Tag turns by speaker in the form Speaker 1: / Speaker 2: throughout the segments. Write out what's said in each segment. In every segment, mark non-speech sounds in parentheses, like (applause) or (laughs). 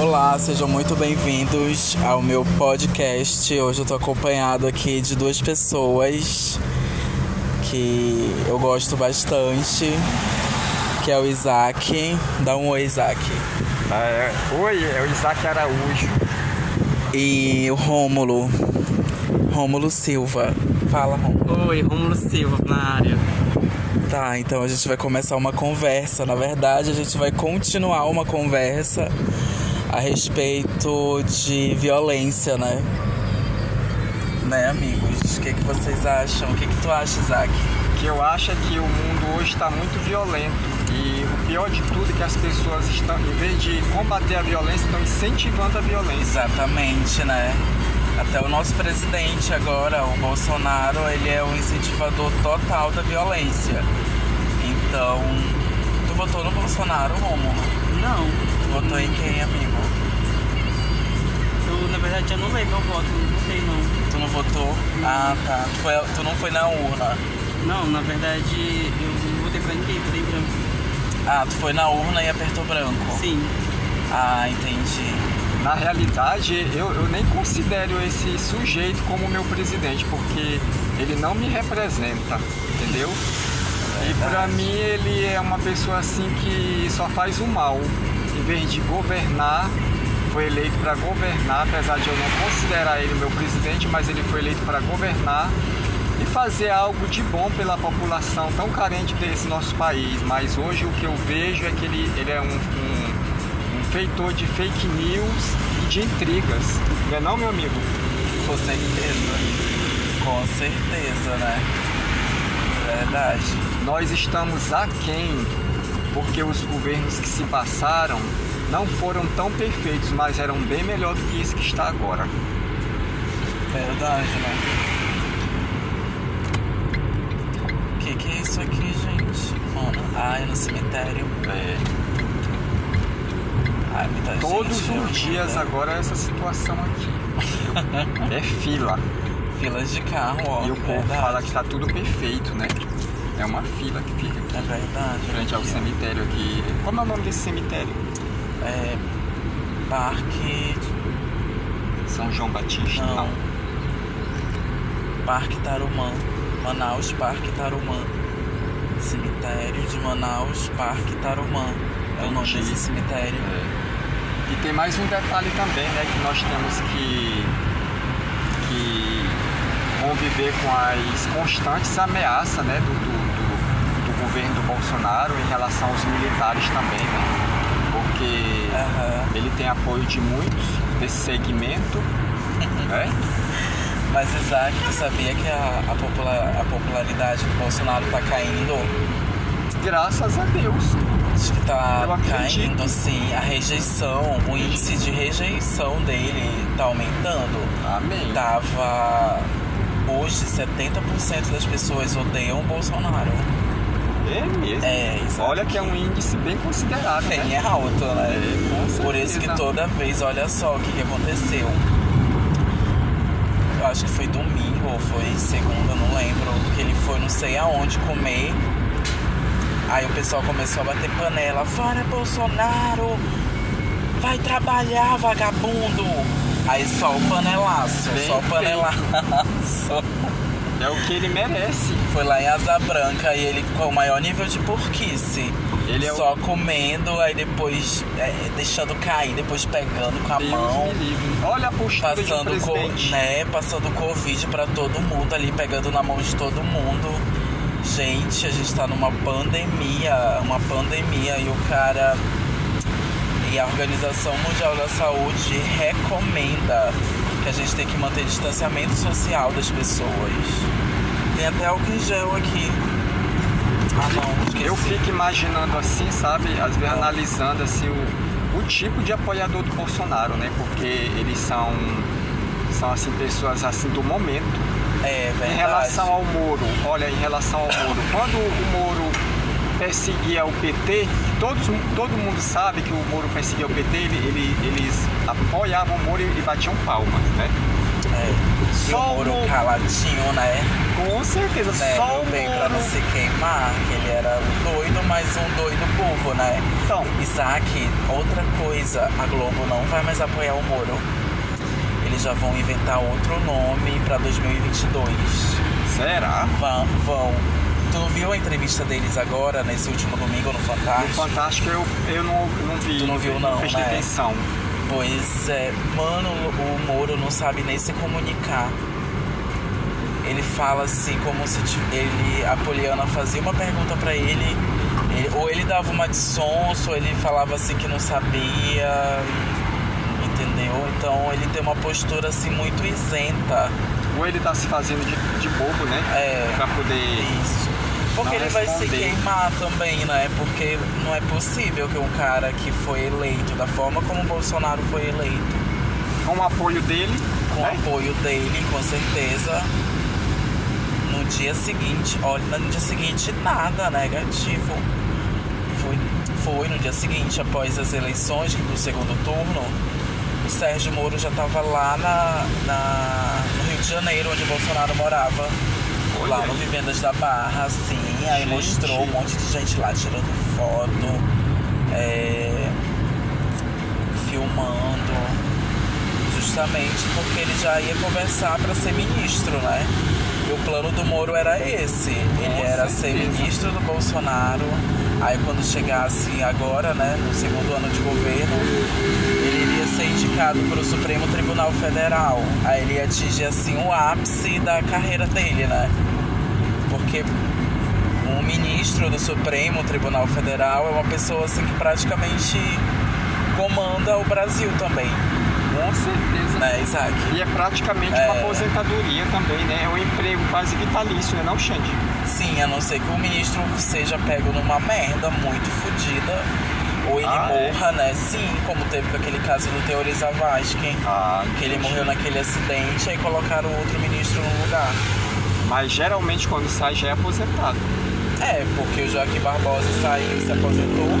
Speaker 1: Olá, sejam muito bem-vindos ao meu podcast. Hoje eu tô acompanhado aqui de duas pessoas que eu gosto bastante, que é o Isaac. Dá um oi, Isaac.
Speaker 2: Ah, é. Oi, é o Isaac Araújo.
Speaker 1: E o Rômulo. Rômulo Silva. Fala, Rômulo.
Speaker 3: Oi, Romulo Silva na área.
Speaker 1: Tá, então a gente vai começar uma conversa. Na verdade, a gente vai continuar uma conversa a respeito de violência, né? Né, amigos? O que, que vocês acham? O que, que tu acha, Isaac?
Speaker 2: O que eu acho é que o mundo hoje está muito violento. E o pior de tudo é que as pessoas estão, em vez de combater a violência, estão incentivando a violência.
Speaker 1: Exatamente, né? Até o nosso presidente agora, o Bolsonaro, ele é um incentivador total da violência. Então, tu votou no Bolsonaro, Romulo?
Speaker 3: Não,
Speaker 1: Tu votou em quem, amigo?
Speaker 3: eu na verdade eu não levei meu voto, não votei não.
Speaker 1: Tu não votou? Ah, tá. Tu, foi- tu não foi na urna.
Speaker 3: Não, na verdade eu não votei pra ninguém, votei branco.
Speaker 1: Ah, tu foi na urna e apertou branco.
Speaker 3: Sim,
Speaker 1: Ah, entendi.
Speaker 2: Na realidade, eu, eu nem considero esse sujeito como meu presidente, porque ele não me representa, entendeu? E pra mim ele é uma pessoa assim que só faz o mal. Em vez de governar, foi eleito para governar, apesar de eu não considerar ele meu presidente, mas ele foi eleito para governar e fazer algo de bom pela população tão carente desse nosso país. Mas hoje o que eu vejo é que ele, ele é um, um- um feitor de fake news e de intrigas. Não é não, meu amigo?
Speaker 1: Com certeza. é Com certeza, né? Verdade.
Speaker 2: Nós estamos aquém, porque os governos que se passaram não foram tão perfeitos, mas eram bem melhor do que esse que está agora.
Speaker 1: Verdade, né? Que que é isso aqui, gente? Mano, ai, no cemitério. Ai, muita
Speaker 2: É Todos
Speaker 1: gente
Speaker 2: os dias
Speaker 1: reunida.
Speaker 2: agora é essa situação aqui.
Speaker 1: (laughs)
Speaker 2: É fila.
Speaker 1: Filas de carro, ó. é
Speaker 2: E o povo
Speaker 1: verdade.
Speaker 2: fala que está tudo perfeito, né? É uma fila que fica aqui
Speaker 1: É verdade. É
Speaker 2: frente ao
Speaker 1: aqui, ó.
Speaker 2: cemitério aqui. Como é o nome desse cemitério?
Speaker 1: É. Parque.
Speaker 2: São João Batista?
Speaker 1: Não. Parque Tarumã. Manaus Parque Tarumã. Cemitério de Manaus Parque Tarumã. É o nome
Speaker 2: Entendi.
Speaker 1: desse cemitério.
Speaker 2: É. E tem mais um detalhe também, né, que nós temos que, que conviver com as constantes ameaças, né, do, do, do- do governo do Bolsonaro em relação aos militares também, né, porque
Speaker 1: Aham.
Speaker 2: ele tem apoio de muitos desse segmento, né,
Speaker 1: Mas Isaac, tu sabia que a, a popula- a popularidade do Bolsonaro tá caindo?
Speaker 2: graças a Deus.
Speaker 1: Acho que tá
Speaker 2: Eu acredito.
Speaker 1: caindo sim. A rejeição, o índice de rejeição dele tá aumentando.
Speaker 2: Amém.
Speaker 1: Tá. Tava. Hoje 70% das pessoas odeiam o Bolsonaro.
Speaker 2: É mesmo.
Speaker 1: É, Isaac.
Speaker 2: Olha que é um índice bem considerável, né?
Speaker 1: Bem alto, né?
Speaker 2: É, com
Speaker 1: Por isso que
Speaker 2: certeza.
Speaker 1: toda vez, olha só o que, que aconteceu. Eu acho que foi domingo ou foi segunda, não lembro. Que ele foi não sei aonde comer. Aí o pessoal começou a bater panela. Fora Bolsonaro! Vai trabalhar, vagabundo! Aí só o panelaço,
Speaker 2: Bem
Speaker 1: só o
Speaker 2: feito.
Speaker 1: panelaço.
Speaker 2: É o que ele merece.
Speaker 1: Foi lá em Asa Branca e ele com o maior nível de porquice.
Speaker 2: Ele é o-
Speaker 1: Só comendo, aí depois é, deixando cair, depois pegando com a
Speaker 2: Deus
Speaker 1: mão.
Speaker 2: me livre. Olha a postura de um
Speaker 1: Passando, co-
Speaker 2: presidente.
Speaker 1: né, passando Covid pra todo mundo ali, pegando na mão de todo mundo. Gente, a gente tá numa pandemia, uma pandemia e o cara e a Organização Mundial da Saúde recomenda que a gente tem que manter distanciamento social das pessoas. Tem até álcool em gel aqui. Ah não, esqueci.
Speaker 2: Eu fico imaginando assim, sabe? Às
Speaker 1: É.
Speaker 2: vezes analisando assim o, o tipo de apoiador do Bolsonaro, né? Porque eles são são assim pessoas assim do momento.
Speaker 1: É, verdade.
Speaker 2: Em relação ao Moro, olha, em relação ao Moro, quando o Moro perseguia o PT, todos, todo mundo sabe que o Moro perseguia o PT, ele, ele- eles apoiavam o Moro e, e batiam palmas, né?
Speaker 1: É. E o
Speaker 2: Só um
Speaker 1: Moro
Speaker 2: o-
Speaker 1: caladinho, né?
Speaker 2: Com certeza,
Speaker 1: né,
Speaker 2: só um
Speaker 1: meu
Speaker 2: o
Speaker 1: bem, pra
Speaker 2: Moro
Speaker 1: não se queimar, que ele era doido, mais um doido burro, né?
Speaker 2: Então,
Speaker 1: Isaac, outra coisa, a Globo não vai mais apoiar o Moro. Eles já vão inventar outro nome pra 2022.
Speaker 2: será?
Speaker 1: Vão, vão. Tu não viu a entrevista deles agora, nesse último domingo no
Speaker 2: No
Speaker 1: Fantástico?
Speaker 2: Fantástico eu, eu não, não vi.
Speaker 1: Tu não viu, não,
Speaker 2: prestei
Speaker 1: né?
Speaker 2: atenção.
Speaker 1: Pois é, mano, o Moro não sabe nem se comunicar. Ele fala assim, como se ti- ele, a Poliana fazia uma pergunta pra ele, ele- ou ele dava uma de sonso, ou ele falava assim que não sabia, entendeu? Então ele tem uma postura assim muito isenta.
Speaker 2: Ou ele tá se fazendo de, de bobo, né?
Speaker 1: É.
Speaker 2: Pra poder.
Speaker 1: Isso. Porque
Speaker 2: Não
Speaker 1: ele vai se
Speaker 2: responder.
Speaker 1: queimar também, né? Porque não é possível que um cara que foi eleito da forma como o Bolsonaro foi eleito.
Speaker 2: Com o apoio dele.
Speaker 1: com o
Speaker 2: né?
Speaker 1: apoio dele, com certeza. No dia seguinte, olha, no dia seguinte nada negativo. Foi, foi no dia seguinte, após as eleições do segundo turno, o Sérgio Moro já estava lá na, na- no Rio de Janeiro, onde Bolsonaro morava.
Speaker 2: Olha
Speaker 1: lá no
Speaker 2: aí.
Speaker 1: Vivendas da Barra, assim, aí
Speaker 2: Gente.
Speaker 1: mostrou um monte de gente lá tirando foto, é, filmando. Justamente porque ele já ia conversar para ser ministro, né? E o plano do Moro era esse. Ele
Speaker 2: Com
Speaker 1: era ser
Speaker 2: certeza.
Speaker 1: ministro do Bolsonaro. Aí quando chegasse agora, né, no segundo ano de governo, ele iria ser indicado para o Supremo Tribunal Federal. Aí ele ia atingir assim o ápice da carreira dele, né? Porque um ministro do Supremo Tribunal Federal é uma pessoa assim que praticamente comanda o Brasil também
Speaker 2: Com certeza.
Speaker 1: né, Isaac?
Speaker 2: E é praticamente uma
Speaker 1: É.
Speaker 2: aposentadoria também, né? É um emprego quase vitalício, né? Não, Xande?
Speaker 1: Sim, a não ser que o ministro seja pego numa merda muito fodida. Ou ele
Speaker 2: Ah, é?
Speaker 1: morra, né? Sim, como teve com aquele caso do Teori Zavascki.
Speaker 2: Ah,
Speaker 1: Que ele morreu naquele acidente, aí colocaram outro ministro no lugar.
Speaker 2: Mas geralmente quando sai já é aposentado.
Speaker 1: É, porque o Joaquim Barbosa saiu e se aposentou.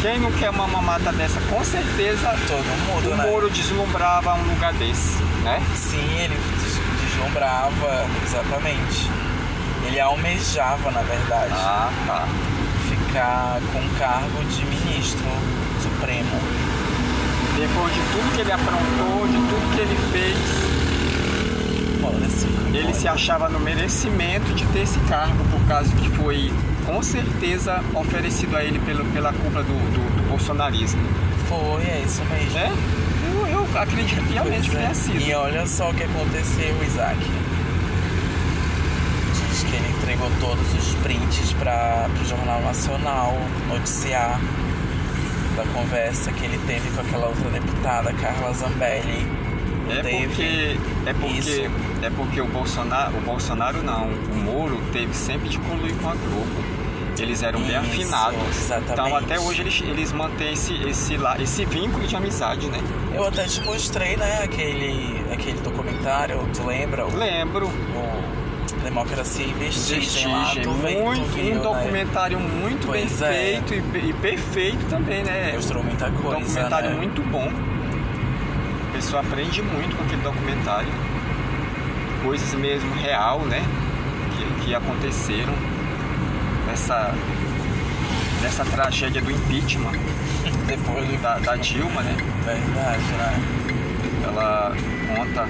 Speaker 2: Quem não quer uma mamata dessa, com certeza
Speaker 1: Todo mundo,
Speaker 2: o
Speaker 1: né?
Speaker 2: Moro deslumbrava um lugar desse, né?
Speaker 1: Sim, ele des- deslumbrava, exatamente. Ele almejava, na verdade,
Speaker 2: Ah, tá.
Speaker 1: ficar com cargo de ministro supremo.
Speaker 2: Depois de tudo que ele aprontou, de tudo que ele fez,
Speaker 1: Foda-se.
Speaker 2: ele se achava no merecimento de ter esse cargo, por causa que foi com certeza oferecido a ele pelo, pela culpa do, do, do bolsonarismo,
Speaker 1: Foi, é isso mesmo.
Speaker 2: né? Eu, eu acredito realmente que
Speaker 1: Pois é.
Speaker 2: tenha sido.
Speaker 1: E olha só o que aconteceu, Isaac. Diz que ele entregou todos os prints para o Jornal Nacional noticiar da conversa que ele teve com aquela outra deputada, Carla Zambelli.
Speaker 2: É
Speaker 1: Teve.
Speaker 2: porque, é
Speaker 1: Isso.
Speaker 2: porque, é porque o Bolsonaro, o Bolsonaro não, o Moro teve sempre de coluir com a Globo. Eles eram bem
Speaker 1: Isso,
Speaker 2: afinados. Então
Speaker 1: exatamente.
Speaker 2: até hoje eles, eles mantêm esse, esse, lá- esse vínculo de amizade, né?
Speaker 1: Eu até te mostrei, né, aquele, aquele documentário, tu lembra? O,
Speaker 2: Lembro.
Speaker 1: o Democracia e Vestigem lá.
Speaker 2: Vestígio,
Speaker 1: Tu vê- tu
Speaker 2: muito,
Speaker 1: viu,
Speaker 2: um
Speaker 1: né?
Speaker 2: documentário muito
Speaker 1: Pois
Speaker 2: bem
Speaker 1: é.
Speaker 2: feito e, pe- e perfeito também, né?
Speaker 1: Mostrou muita
Speaker 2: Um
Speaker 1: coisa,
Speaker 2: documentário
Speaker 1: né?
Speaker 2: muito bom. A pessoa aprende muito com aquele documentário. Coisas mesmo real, né? Que, que aconteceram nessa, nessa tragédia do impeachment
Speaker 1: Depois do...
Speaker 2: da, da Dilma, né?
Speaker 1: Verdade, né?
Speaker 2: Ela conta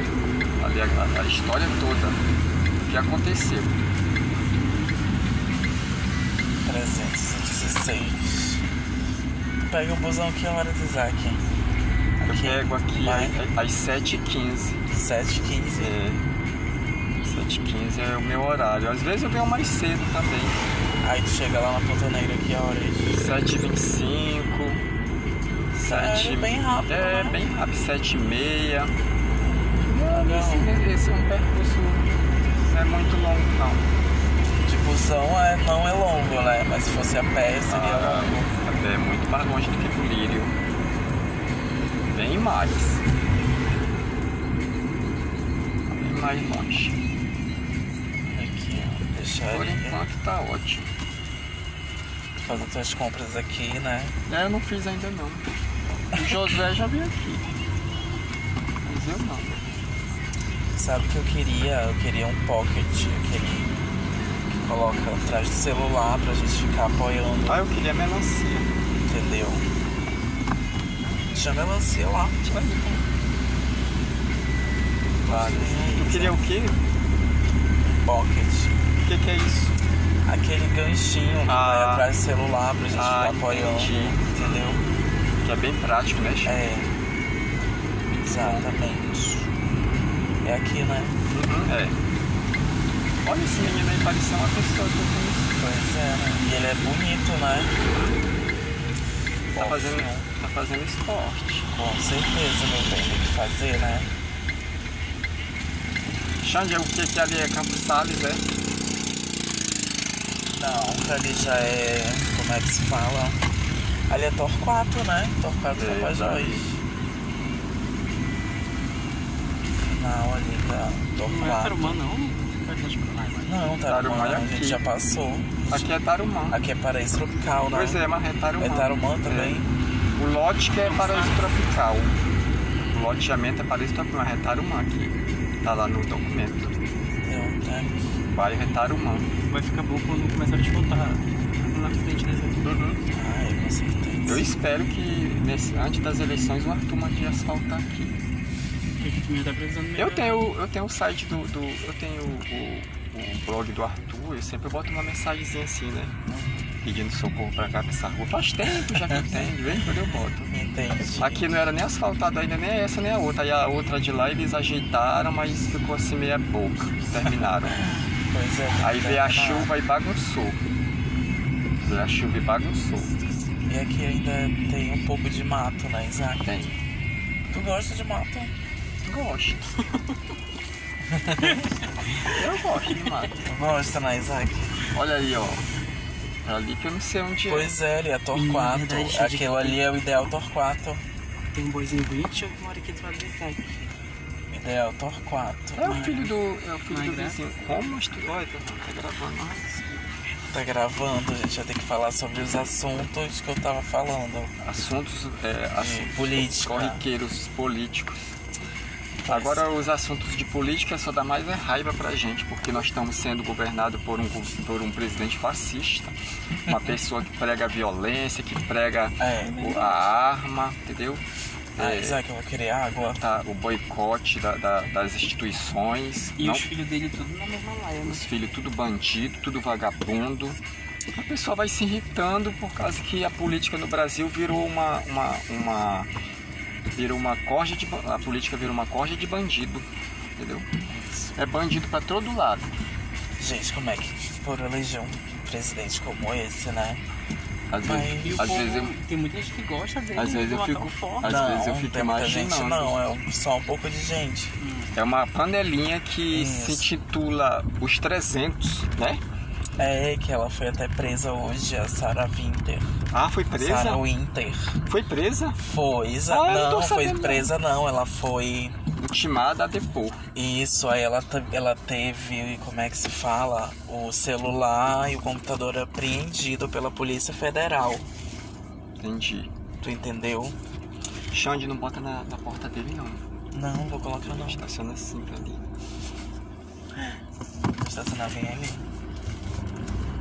Speaker 2: ali a, a história toda o que aconteceu.
Speaker 1: 316. Pega o busão é que horas, Isaac?
Speaker 2: Eu pego aqui
Speaker 1: Vai.
Speaker 2: a- às 7h15.
Speaker 1: 7h15.
Speaker 2: É. 7h15 é o meu horário. Às vezes eu venho mais cedo também.
Speaker 1: Aí tu chega lá na Ponta Negra é que horas?
Speaker 2: 7h25. 7
Speaker 1: É, bem rápido,
Speaker 2: É,
Speaker 1: né?
Speaker 2: bem rápido. 7h30.
Speaker 1: Não.
Speaker 2: Esse, esse é um percurso. Não é muito longo, não.
Speaker 1: De busão é, não é longo, né? Mas se fosse a pé, seria
Speaker 2: Ah,
Speaker 1: longo.
Speaker 2: é muito mais longe do que pro Lírio. Bem mais. Bem mais longe.
Speaker 1: Aqui, ó. Deixa
Speaker 2: Por
Speaker 1: eu
Speaker 2: enquanto tá ótimo.
Speaker 1: fazer tuas compras aqui, né?
Speaker 2: É, eu não fiz ainda não. O José já veio aqui. Mas eu não.
Speaker 1: Sabe o que eu queria? Eu queria um pocket, aquele que coloca atrás do celular pra gente ficar apoiando,
Speaker 2: Ah, eu queria melancia.
Speaker 1: entendeu? Tinha melancia lá. tipo,
Speaker 2: Deixa eu ver. Vale.
Speaker 1: Sim,
Speaker 2: Tu Ah, queria o quê?
Speaker 1: assim, Pocket.
Speaker 2: O que, que é isso?
Speaker 1: Aquele ganchinho que
Speaker 2: Ah.
Speaker 1: vai atrás do celular pra gente
Speaker 2: Ah,
Speaker 1: ficar apoiando,
Speaker 2: entendi.
Speaker 1: entendeu?
Speaker 2: Que é bem prático, né, Chico?
Speaker 1: É. Exatamente. É aqui, né?
Speaker 2: Uhum, é. Olha esse menino aí, parecia uma pessoa que eu conheci.
Speaker 1: Pois é, né? E ele é bonito, né?
Speaker 2: Tá
Speaker 1: Bom,
Speaker 2: fazendo, tá fazendo esporte.
Speaker 1: Com certeza, meu bem, tem que fazer, né?
Speaker 2: Xande, o que que ali é Campos Salles, é?
Speaker 1: Não, ali já é. Como é que se fala? Ali é Torquato, né? Torquato
Speaker 2: É,
Speaker 1: Tapajós.
Speaker 2: verdade.
Speaker 1: Final ali da
Speaker 3: Não é
Speaker 1: Torquato.
Speaker 3: Tarumã, não? tipo, Pode deixar pra lá agora.
Speaker 1: Não,
Speaker 2: Tarumã
Speaker 1: Tarumã,
Speaker 2: é
Speaker 1: a gente
Speaker 2: aqui.
Speaker 1: já passou.
Speaker 2: Aqui é Tarumã.
Speaker 1: Aqui é paraíso tropical, né?
Speaker 2: Pois é, mas é Tarumã.
Speaker 1: É Tarumã também?
Speaker 2: O lote que é paraíso tropical. O loteamento é paraíso tropical, mas é Tarumã aqui. Tá lá no documento.
Speaker 1: Eu, né?
Speaker 2: Bairro é Tarumã.
Speaker 3: Vai ficar bom quando começar a te contar lá na frente, né? Zé?
Speaker 2: Uhum.
Speaker 1: Ai, com certeza.
Speaker 2: Eu espero que nesse- antes das eleições o Arthur mande asfaltar aqui.
Speaker 3: Porque a gente também tá precisando
Speaker 2: Eu
Speaker 3: melhorar.
Speaker 2: tenho, eu tenho o site do. do- eu tenho o, o blog do Arthur, eu sempre boto uma mensagenzinha assim, né? Pedindo socorro pra cá, pra essa rua. Faz tempo já que eu tenho, de vez em quando eu boto.
Speaker 1: Entendi.
Speaker 2: Aqui né? não era nem asfaltado ainda, nem essa nem a outra. Aí a outra de lá eles ajeitaram, mas ficou assim meia boca. Terminaram.
Speaker 1: Pois é, tem
Speaker 2: Aí
Speaker 1: que
Speaker 2: veio a
Speaker 1: terminar.
Speaker 2: chuva e bagunçou. Veio a chuva e bagunçou.
Speaker 1: E aqui ainda tem um pouco de mato, né, Isaac?
Speaker 2: Tem.
Speaker 1: Tu gosta de mato?
Speaker 2: Gosto. Eu gosto de mato.
Speaker 1: Tu gosta, né, Isaac?
Speaker 2: Olha aí, ó. É ali que eu não sei onde é.
Speaker 1: Pois é, ele é
Speaker 3: Ih,
Speaker 1: Torquato.
Speaker 3: verdade, gente.
Speaker 1: Aquilo ali é o ideal Torquato.
Speaker 3: Tem um boizinho bonito, eu moro aqui do lado desse aqui.
Speaker 1: Ideal Torquato.
Speaker 2: É o filho do. É o filho
Speaker 3: Não é
Speaker 2: do
Speaker 3: graça?
Speaker 2: vizinho. Como estu... Olha, tá, tá gravando.
Speaker 1: Tá gravando, a gente vai ter que falar sobre os assuntos que eu tava falando.
Speaker 2: Assuntos. É, assuntos
Speaker 1: política.
Speaker 2: Corriqueiros políticos.
Speaker 1: Pois-
Speaker 2: Agora os assuntos de política só dá mais é raiva pra gente, porque nós estamos sendo governados por um, gov- por um presidente fascista,
Speaker 1: (laughs)
Speaker 2: uma pessoa que prega a violência, que prega
Speaker 1: É.
Speaker 2: o- a arma, entendeu?
Speaker 1: Ah,
Speaker 2: É,
Speaker 1: Isaac, eu vou querer água.
Speaker 2: tá, o boicote da- da- das instituições,
Speaker 3: E
Speaker 2: não-
Speaker 3: os filhos dele tudo na mesma laia, né?
Speaker 2: os filhos tudo bandido, tudo vagabundo. A pessoa vai se irritando por causa que a política no Brasil virou uma. uma, uma virou uma corja de. ba- A política virou uma corja de bandido. Entendeu? É bandido pra todo lado.
Speaker 1: Gente, como é que por eleger um presidente como esse, né?
Speaker 2: Às
Speaker 1: Mas-
Speaker 2: vezes, às vezes eu.
Speaker 3: Tem muita gente que gosta dele,
Speaker 2: Às vezes eu
Speaker 3: um ator
Speaker 2: fico-
Speaker 3: forte.
Speaker 2: Às
Speaker 1: não,
Speaker 2: vezes eu fico
Speaker 1: tem muita gente
Speaker 2: imaginando.
Speaker 1: não, é um- só um pouco de gente.
Speaker 2: É uma panelinha que
Speaker 1: Isso.
Speaker 2: se intitula Os 300, né?
Speaker 1: É que ela foi até presa hoje, a Sarah Winter.
Speaker 2: Ah, foi presa?
Speaker 1: Sarah Winter.
Speaker 2: Foi presa?
Speaker 1: Foi, Isa.
Speaker 2: Ah, eu não
Speaker 1: não,
Speaker 2: tô
Speaker 1: foi
Speaker 2: sabendo,
Speaker 1: presa não, ela foi.
Speaker 2: Intimada a depor.
Speaker 1: Isso, aí ela, te- ela teve, como é que se fala? O celular e o computador apreendido pela Polícia Federal.
Speaker 2: Entendi.
Speaker 1: Tu entendeu?
Speaker 2: Xande não bota na, na porta dele, não.
Speaker 1: Não, vou colocar não.
Speaker 2: Estaciona assim pra mim.
Speaker 1: Estacionar bem ali.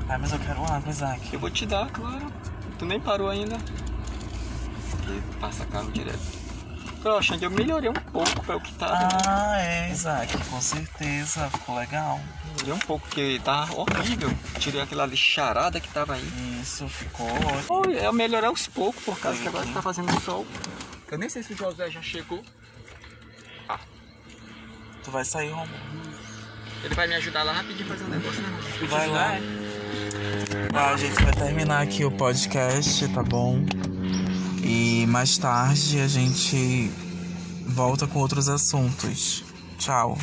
Speaker 1: Ai, mas eu quero água, Isaac.
Speaker 2: Eu vou te dar, claro. Tu nem parou ainda. E passa carro direto. Ó, Xande, eu melhorei um pouco pra o que tá.
Speaker 1: Ah, é, Isaac, com certeza. Ficou legal.
Speaker 2: Melhorei um pouco, porque tá horrível. Tirei aquela lixarada que tava aí.
Speaker 1: Isso, ficou ótimo.
Speaker 2: Olha, eu melhorei aos poucos, por causa que agora tá fazendo sol. Eu nem sei se o José já chegou.
Speaker 1: Tu vai sair, Romulo.
Speaker 2: Ele vai me ajudar lá rapidinho fazer um negócio, né?
Speaker 3: Vou te
Speaker 1: vai
Speaker 3: ajudar,
Speaker 1: lá.
Speaker 3: é?
Speaker 1: Tá, a gente vai terminar aqui o podcast, tá bom? E mais tarde a gente volta com outros assuntos. Tchau.